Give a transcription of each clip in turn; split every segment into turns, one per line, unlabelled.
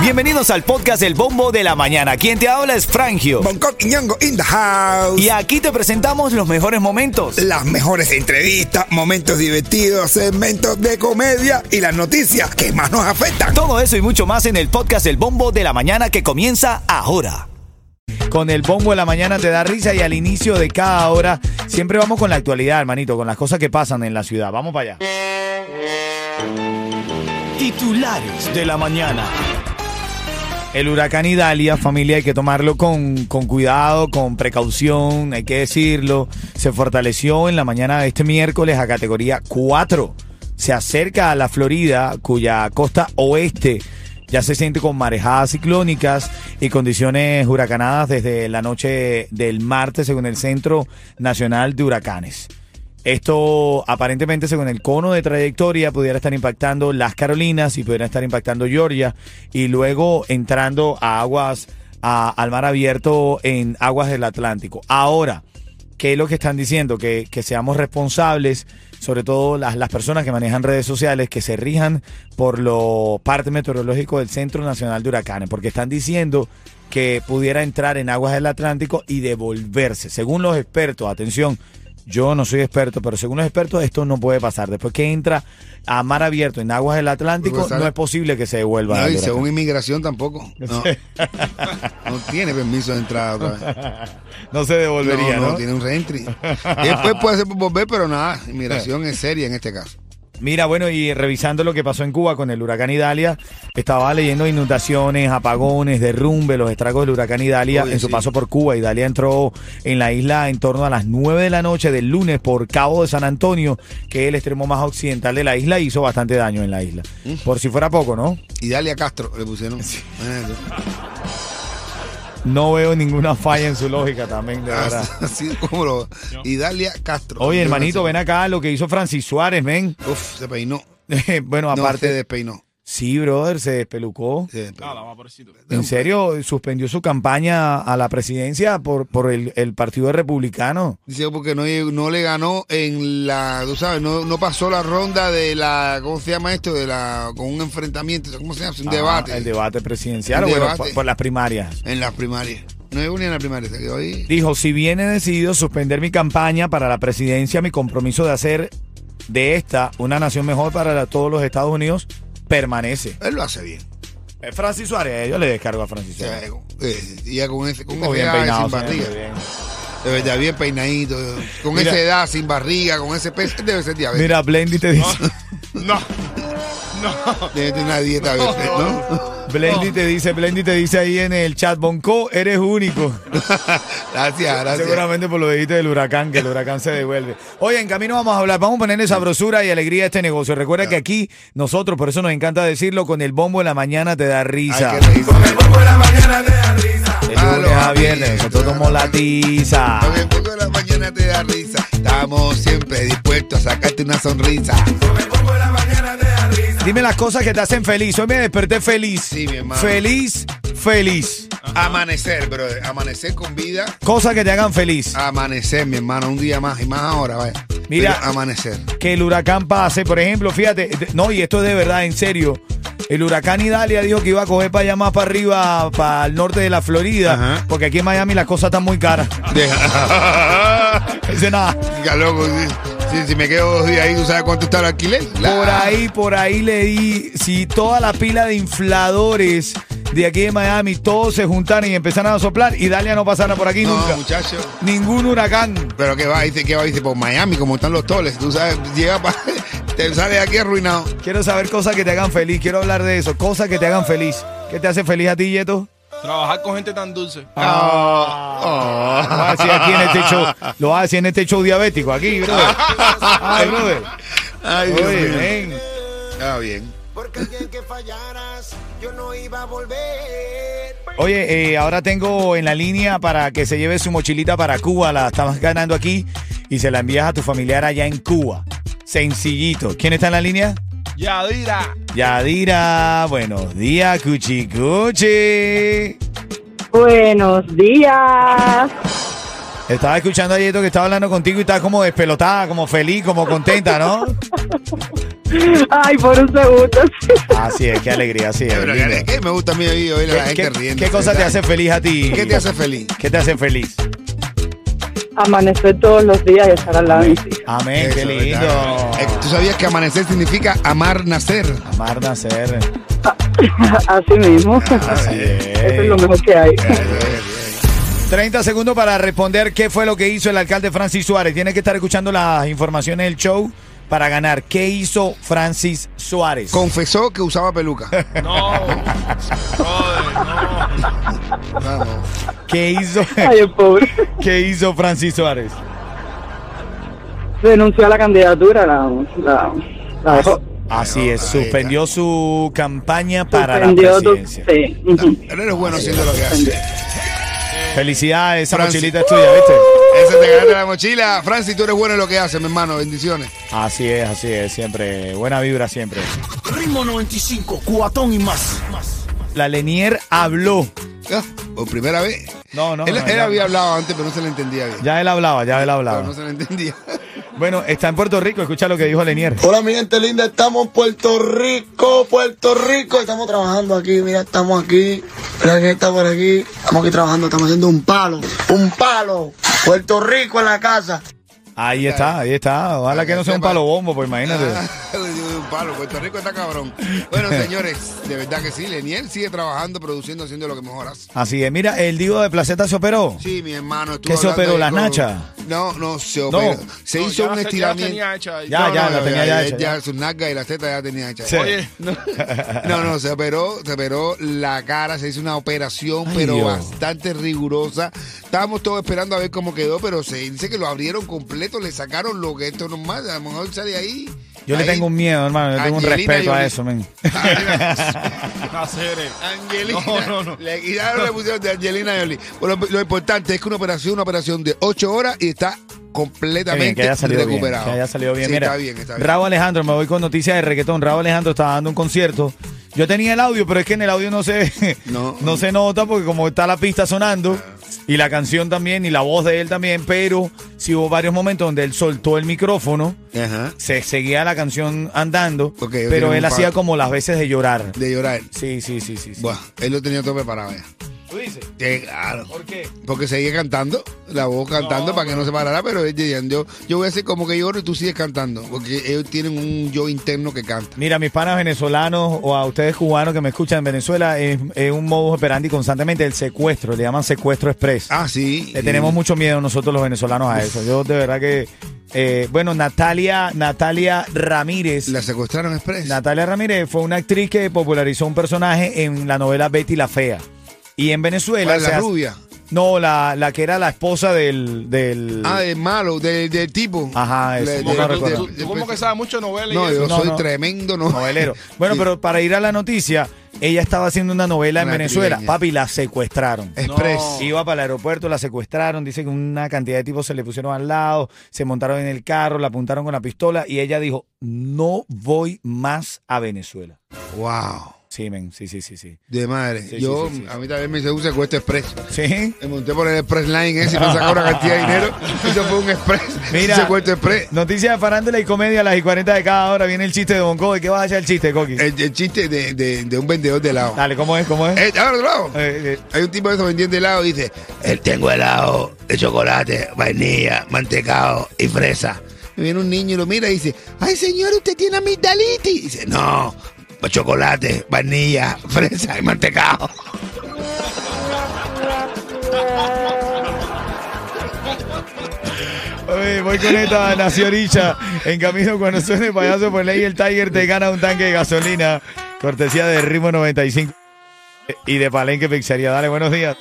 Bienvenidos al podcast El Bombo de la Mañana. Quien te habla es Frangio.
Bangkok y Ñongo in the house.
Y aquí te presentamos los mejores momentos.
Las mejores entrevistas, momentos divertidos, segmentos de comedia y las noticias que más nos afectan.
Todo eso y mucho más en el podcast El Bombo de la Mañana que comienza ahora. Con el bombo de la mañana te da risa y al inicio de cada hora siempre vamos con la actualidad, hermanito, con las cosas que pasan en la ciudad. Vamos para allá. Titulares de la mañana. El huracán Idalia, familia, hay que tomarlo con, con cuidado, con precaución, hay que decirlo. Se fortaleció en la mañana de este miércoles a categoría 4. Se acerca a la Florida, cuya costa oeste ya se siente con marejadas ciclónicas y condiciones huracanadas desde la noche del martes, según el Centro Nacional de Huracanes. Esto aparentemente, según el cono de trayectoria, pudiera estar impactando las Carolinas y pudiera estar impactando Georgia y luego entrando a aguas, a- al mar abierto en aguas del Atlántico. Ahora, ¿qué es lo que están diciendo? Que, que seamos responsables, sobre todo las, las personas que manejan redes sociales, que se rijan por lo parte meteorológico del Centro Nacional de Huracanes, porque están diciendo que pudiera entrar en aguas del Atlántico y devolverse. Según los expertos, atención, yo no soy experto, pero según los expertos esto no puede pasar. Después que entra a mar abierto en aguas del Atlántico,
Pues, ¿sabe?
no es posible que se devuelva.
No,
al
y
huracán.
según inmigración tampoco. No, No tiene permiso de entrada otra vez.
No se devolvería,
no,
¿no?
no, tiene un reentry. Y después puede ser por volver, pero nada, inmigración es seria en este caso.
Mira, bueno, y revisando lo que pasó en Cuba con el huracán Idalia, estaba leyendo inundaciones, apagones, derrumbe, los estragos del huracán Idalia
Oye,
en su
sí.
paso por Cuba. Idalia entró en la isla en torno a las 9 de la noche del lunes por Cabo de San Antonio, que es el extremo más occidental de la isla, e hizo bastante daño en la isla.
Mm.
Por si fuera poco, ¿no?
Y Dalia Castro le pusieron. Imagínate.
No veo ninguna falla en su lógica también,
Ah,
de verdad.
Así como lo. Y Dalia Castro.
Oye, hermanito, ven acá lo que hizo Francis Suárez, men.
Uf, se peinó.
bueno,
No, se
aparte... Ah,
despeinó.
Sí, brother, se despelucó.
Se despeinó.
¿En serio? ¿Suspendió su campaña a la presidencia por, por el, el Partido Republicano?
Dice porque no, llegó- no le ganó en la, tú sabes, no, no pasó la ronda de la, ¿cómo se llama esto? De la, con un enfrentamiento, ¿cómo se llama? Un debate.
Ah, el debate presidencial,
Un
bueno,
debate.
Por, por las primarias.
En las primarias. No llegó ni en la primaria, se quedó ahí.
Dijo, si bien he decidido suspender mi campaña para la presidencia, mi compromiso de hacer de esta una nación mejor para la- todos los Estados Unidos permanece.
Él lo hace bien.
Es Francis Suárez, eh, yo le descargo a Francis
O sea,
Suárez.
eh, y ya con ese, con
Muy
esa
bien
edad
peinado,
sin
señor,
barriga.
muy bien.
De verdad, bien peinadito. Con
Mira.
esa edad, sin barriga, con ese peso, debe ser diabético.
Mira, Blendy te dice...
No, no.
Debe tener una dieta, verde, ¿no?
Blendy te dice, Blendy te dice ahí en el chat, Bonco, eres único.
Ah, Gracias, gracias.
Seguramente por lo que dijiste del huracán, que el huracán se devuelve. Oye, en camino vamos a hablar, vamos a ponerle sabrosura y alegría a este negocio. Recuerda que aquí nosotros, por eso nos encanta decirlo, con el bombo en la mañana te da risa.
Hay que reírse.
De lunes a
Ah, lo-
viernes, nosotros somos la tiza.
Con el poco de la mañana te da risa. Estamos siempre dispuestos a sacarte una sonrisa.
Dime las cosas que te hacen feliz. Hoy me desperté feliz.
Sí, mi hermano.
feliz, feliz.
Amanecer, brother. Amanecer con vida.
Cosas que te hagan feliz.
Amanecer, mi hermano, un día más y más ahora, vaya.
Mira.
Pero amanecer.
que el huracán pase. Por ejemplo, fíjate, de- no, y esto es de verdad, en serio. El huracán Idalia dijo que iba a coger para allá más para arriba, para el norte de la Florida,
Ajá.
porque aquí en Miami las cosas están muy caras.
Deja.
Dice nada.
Ya loco, si- si, si me quedo dos días ahí, ¿tú sabes cuánto está el alquiler? La-
Por ahí, por ahí leí, si toda la pila de infladores de aquí de Miami, todos se juntaran y empezaran a soplar, Idalia no pasara por aquí
No,
nunca.
muchacho.
Ningún huracán.
Pero que va, dice, que va, dice, por Miami, como están los toles, tú sabes, llega para. Te sales de aquí arruinado.
Quiero saber cosas que te hagan feliz, quiero hablar de eso, cosas que te hagan feliz. ¿Qué te hace feliz a ti, Yeto?
Trabajar con gente tan dulce.
Ah.
Oh.
Lo vas a decir aquí en este show. Lo vas a decir en este show diabético aquí, brother. Ay, brother.
Ay, Dios
Oye, eh.
mío.
ven.
Está bien.
Porque el día que fallaras, yo no iba a volver.
Oye, eh, ahora tengo en la línea para que se lleve su mochilita para Cuba. La estamos ganando aquí y se la envías a tu familiar allá en Cuba. Sencillito. ¿Quién está en la línea?
Yadira.
Yadira. Buenos días, Cuchi Cuchi.
Buenos días.
Estaba escuchando a Yeto que estaba hablando contigo y estaba como despelotada, como feliz, como contenta, ¿no?
Ay, por un segundo.
Así es, qué alegría, así es.
Pero,
lindo.
¿qué- qué me gusta a mí oír oír a la
¿Qué,
gente
qué-
riendo.
qué cosa te hace feliz a ti?
¿Qué te hace feliz?
¿Qué te hace feliz?
Amanecer todos los días y estar al lado de mis hijas.
Amén, Eh, qué
Eso,
lindo.
¿verdad? Eh, ¿Tú sabías que amanecer significa amar nacer?
Amar nacer.
Así mismo.
Así
Eso es
es.
lo mejor que hay.
30 segundos para responder qué fue lo que hizo el alcalde Francis Suárez. Tiene que estar escuchando las informaciones del show para ganar. ¿Qué hizo Francis Suárez?
Confesó que usaba peluca.
No. Brother, no.
Vamos.
¿Qué hizo,
Ay, el pobre.
¿Qué hizo Francis Suárez?
Renunció a la candidatura, la, la, la dejó.
Así es,
Ahí está.
suspendió su campaña para
Suspendió
la
tu-
presidencia.
sí, ujú.
Pero eres bueno haciendo lo que haces.
Felicidades, esa
Francis.
mochilita es tuya, ¿viste?
Ese te ganaste la mochila. Francis, tú eres bueno en lo que haces, mi hermano. Bendiciones.
Así es, así es, siempre. Buena vibra siempre.
Ritmo 95, cuatón y más.
La Lenier habló.
Ah, Por primera vez.
No, no,
Él,
no,
él
ya-
había hablado antes, pero no se le entendía bien.
Ya él hablaba, ya él
Pero
hablaba.
no se le entendía.
Bueno, está en Puerto Rico, escucha lo que dijo Lenier.
Hola mi gente linda, estamos en Puerto Rico, Puerto Rico, estamos trabajando aquí, mira, estamos aquí, mira quién está por aquí, estamos aquí trabajando, estamos haciendo un palo, un palo, Puerto Rico en la casa.
Ahí está, ahí está. Ojalá que no sea un palo bombo, pues imagínate.
Ah, Le dio un palo. Puerto Rico está cabrón. Bueno, señores, de verdad que sí. Leniel sigue trabajando, produciendo, haciendo lo que mejor hace.
Así es, mira, el Divo de Placeta se operó.
Sí, mi hermano. estuvo
¿Qué se operó,
hablando ahí
las
con-
nachas?
No, no, se operó. Se
No,
hizo
ya
un
la- ya la
estiramiento.
tenía hecha.
Ya,
No,
Ah, ya,
no,
la tenía ya hecha,
Ya,
ya.
sus nalgas y las tetas ya tenía hechas.
Sí.
Oye, no.
No, no, se operó, se operó la cara, se hizo una operación,
Ay,
pero
Dios.
bastante rigurosa. Estábamos todos esperando a ver cómo quedó, pero se dice que lo abrieron completo, le sacaron lo que esto normal, a lo mejor sale ahí.
Yo le
ahí,
tengo un miedo, hermano. Yo tengo un
Angelina
respeto a
Jolie.
eso, men.
Nacer, eh.
Angelina.
No, no, no.
Le quitaron la pusieron de Angelina Jolie. Bueno, lo, lo importante es que una operación, una operación de 8 horas y está
Qué bien,
completamente
que haya salido bien.
recuperado.
Que haya salido bien.
Sí,
Mira,
está bien, está bien.
Rauw Alejandro, me voy con noticias de reggaetón. Rabo Alejandro estaba dando un concierto. Yo tenía el audio, pero es que en el audio no se, no.
No. Ah.
se nota porque como está la pista sonando y la canción también y la voz de él también, pero sí hubo varios momentos donde él soltó el micrófono,
Ajá.
se seguía la canción andando,
Ok, tiene
pero
un
él
pato.
hacía como las veces de llorar.
De llorar.
Sí, sí, sí, sí. sí.
Bueno, él lo tenía todo preparado ya.
¿Tú dices?
Sí, claro.
¿Por qué?
Porque seguía cantando, la voz cantando para que no se parara, pero él decía, yo, yo voy a hacer como que lloro y tú sigues cantando, porque ellos tienen un yo interno que canta.
Mira, mis panas venezolanos o a ustedes cubanos que me escuchan en Venezuela, es, es un modus operandi constantemente el secuestro, le llaman secuestro express.
Ah, sí.
Le tenemos mucho miedo nosotros los venezolanos a eso. Yo de verdad que, eh, bueno, Natalia, Natalia Ramírez.
La secuestraron express. Ah,
Natalia Ramírez fue una actriz que popularizó un personaje en la novela Betty la Fea. Y en Venezuela...
¿Cuál,
se
la
hace-
rubia.
No, la, la que era la esposa del... del
Ah, del malo, del, del tipo.
Ajá, ese,
Le-
yo
Como
de-
no
que tú-
recuerdo.
tú- tú como que sabes mucho novela y
No,
eso.
yo
No,
soy
no.
tremendo no-
novelero. Bueno,
Sí.
pero para ir a la noticia, ella estaba haciendo una novela en
Una
Venezuela.
trigueña.
Papi, la secuestraron.
Express.
No.
Iba para el aeropuerto, la secuestraron, dice que una cantidad de tipos se le pusieron al lado, se montaron en el carro, la apuntaron con la pistola y ella dijo, no voy más a Venezuela.
Wow.
Sí, men, sí, sí, sí, sí.
De madre.
Sí, sí,
yo,
sí, sí.
a mí también me hice un secuestro express.
¿Sí?
Me monté por el express line ese y me sacó una cantidad de dinero. Eso fue un express.
Mira.
Un secuestro express.
Noticias de farándula y comedia a las y 40 de cada hora. Viene el chiste de Bonco. ¿De qué vas a hacer el chiste, Coqui?
El, el chiste de, de- de un vendedor de helado.
Dale, ¿cómo es? ¿Cómo es?
Eh, ahora, helado.
Eh, eh,
Hay un tipo de esos vendiendo helado y dice, él tengo helado de chocolate, vainilla, mantecado y fresa. Y viene un niño y lo mira y dice, ay señor, usted tiene amigdalitis. Y dice, no, chocolate, vainilla, fresa y mantecado.
Oye, voy con esta Nació Richa. En camino cuando suene payaso por ley, el Tiger te gana un tanque de gasolina. Cortesía de Ritmo 95 y de Palenque Pizzería. Dale, buenos días.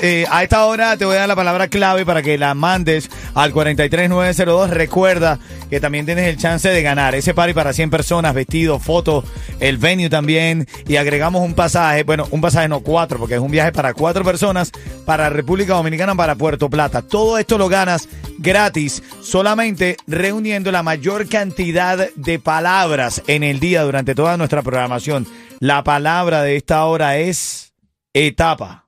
Eh, a esta hora te voy a dar la palabra clave para que la mandes al 43902. Recuerda que también tienes el chance de ganar ese party para 100 personas, vestidos, fotos, el venue también. Y agregamos un pasaje, bueno, un pasaje no cuatro, porque es un viaje para cuatro personas para República Dominicana, para Puerto Plata. Todo esto lo ganas gratis, solamente reuniendo la mayor cantidad de palabras en el día durante toda nuestra programación. La palabra de esta hora es etapa.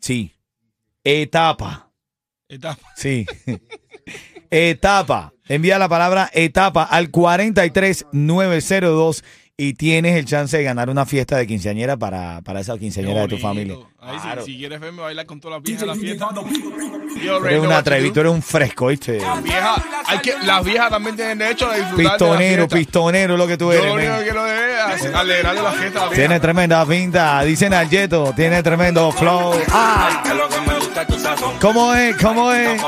Sí. Etapa.
Etapa.
Sí. etapa. Envía la palabra etapa al 43902 y tienes el chance de ganar una fiesta de quinceañera para, para esa quinceañera de tu
Bonito.
familia.
Ahí sí,
Claro.
si quieres verme bailar con toda la vieja en la fiesta. Yo
Tú eres
reino,
un
guacho,
atrevido, tú eres un fresco, ¿viste?
tú. Vieja, hay que, las viejas también tienen derecho a disfrutar
Pistonero,
de la fiesta.
pistonero lo que tú
Yo
eres.
lo único
men.
que quiero es alegrar de la fiesta a la
Tiene
vieja.
tremenda pinta, dicen al Yeto, tiene tremendo flow. Ah. ¿Cómo es? ¿Cómo es?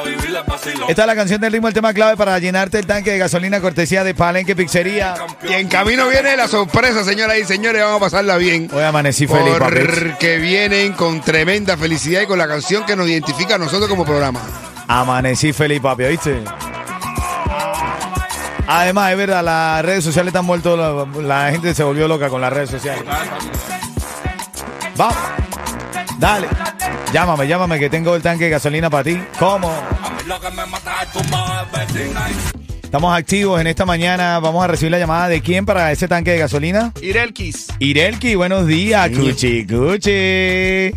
Esta es la canción del ritmo, el tema clave para llenarte el tanque de gasolina, cortesía de Palenque Pizzería.
Y en camino viene la sorpresa, señoras y señores, vamos a pasarla bien.
Hoy amanecí feliz, papi.
Porque vienen con tremenda felicidad y con la canción que nos identifica a nosotros como programa.
Amanecí feliz, papi, ¿viste? Además, es verdad, las redes sociales están vuelto, la, la gente se volvió loca con las redes sociales. Vamos, dale, llámame, llámame que tengo el tanque de gasolina para ti. ¿Cómo? Estamos activos en esta mañana, vamos a recibir la llamada de quién para ese tanque de gasolina.
Irelkis.
Irelki, buenos días, Cuchi Cuchi.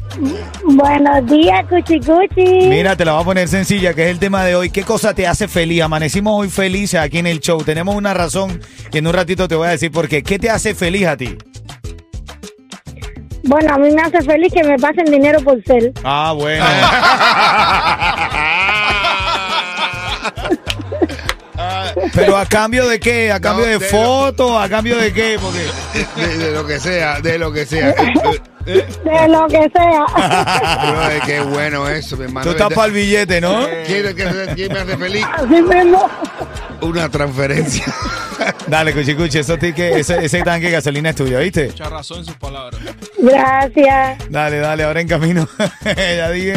Buenos días, Cuchi Cuchi.
Mira, te la voy a poner sencilla, que es el tema de hoy. ¿Qué cosa te hace feliz? Amanecimos hoy felices aquí en el show. Tenemos una razón que en un ratito te voy a decir por qué. ¿Qué te hace feliz a ti?
Bueno, a mí me hace feliz que me pasen dinero por cel.
Ah, bueno. Pero a cambio de qué? ¿A cambio de
de lo-
foto? ¿A cambio de qué? Porque...
De, de lo que sea, de lo que sea.
De lo que sea.
Brother, qué bueno eso, mi hermano.
Tú estás para el billete, ¿no?
¿Quién- quién- quién me hace feliz?
Así mismo.
Una transferencia.
Dale, cuchicuchi, eso tique- ese, ese tanque de gasolina es tuyo, ¿viste?
Mucha razón en sus palabras.
Gracias.
Dale, dale, ahora en camino. ya dije.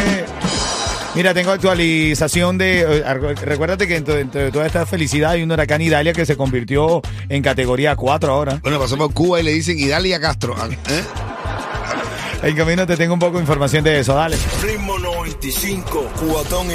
Mira, tengo actualización de. eh, argu- Recuérdate que entre, entre toda esta felicidad hay un huracán Idalia que se convirtió en categoría 4 ahora.
Bueno, pasó por Cuba y le dicen Idalia Castro. ¿eh?
En camino te tengo un poco de información de eso, dale.
Ritmo 95, cuatón y más.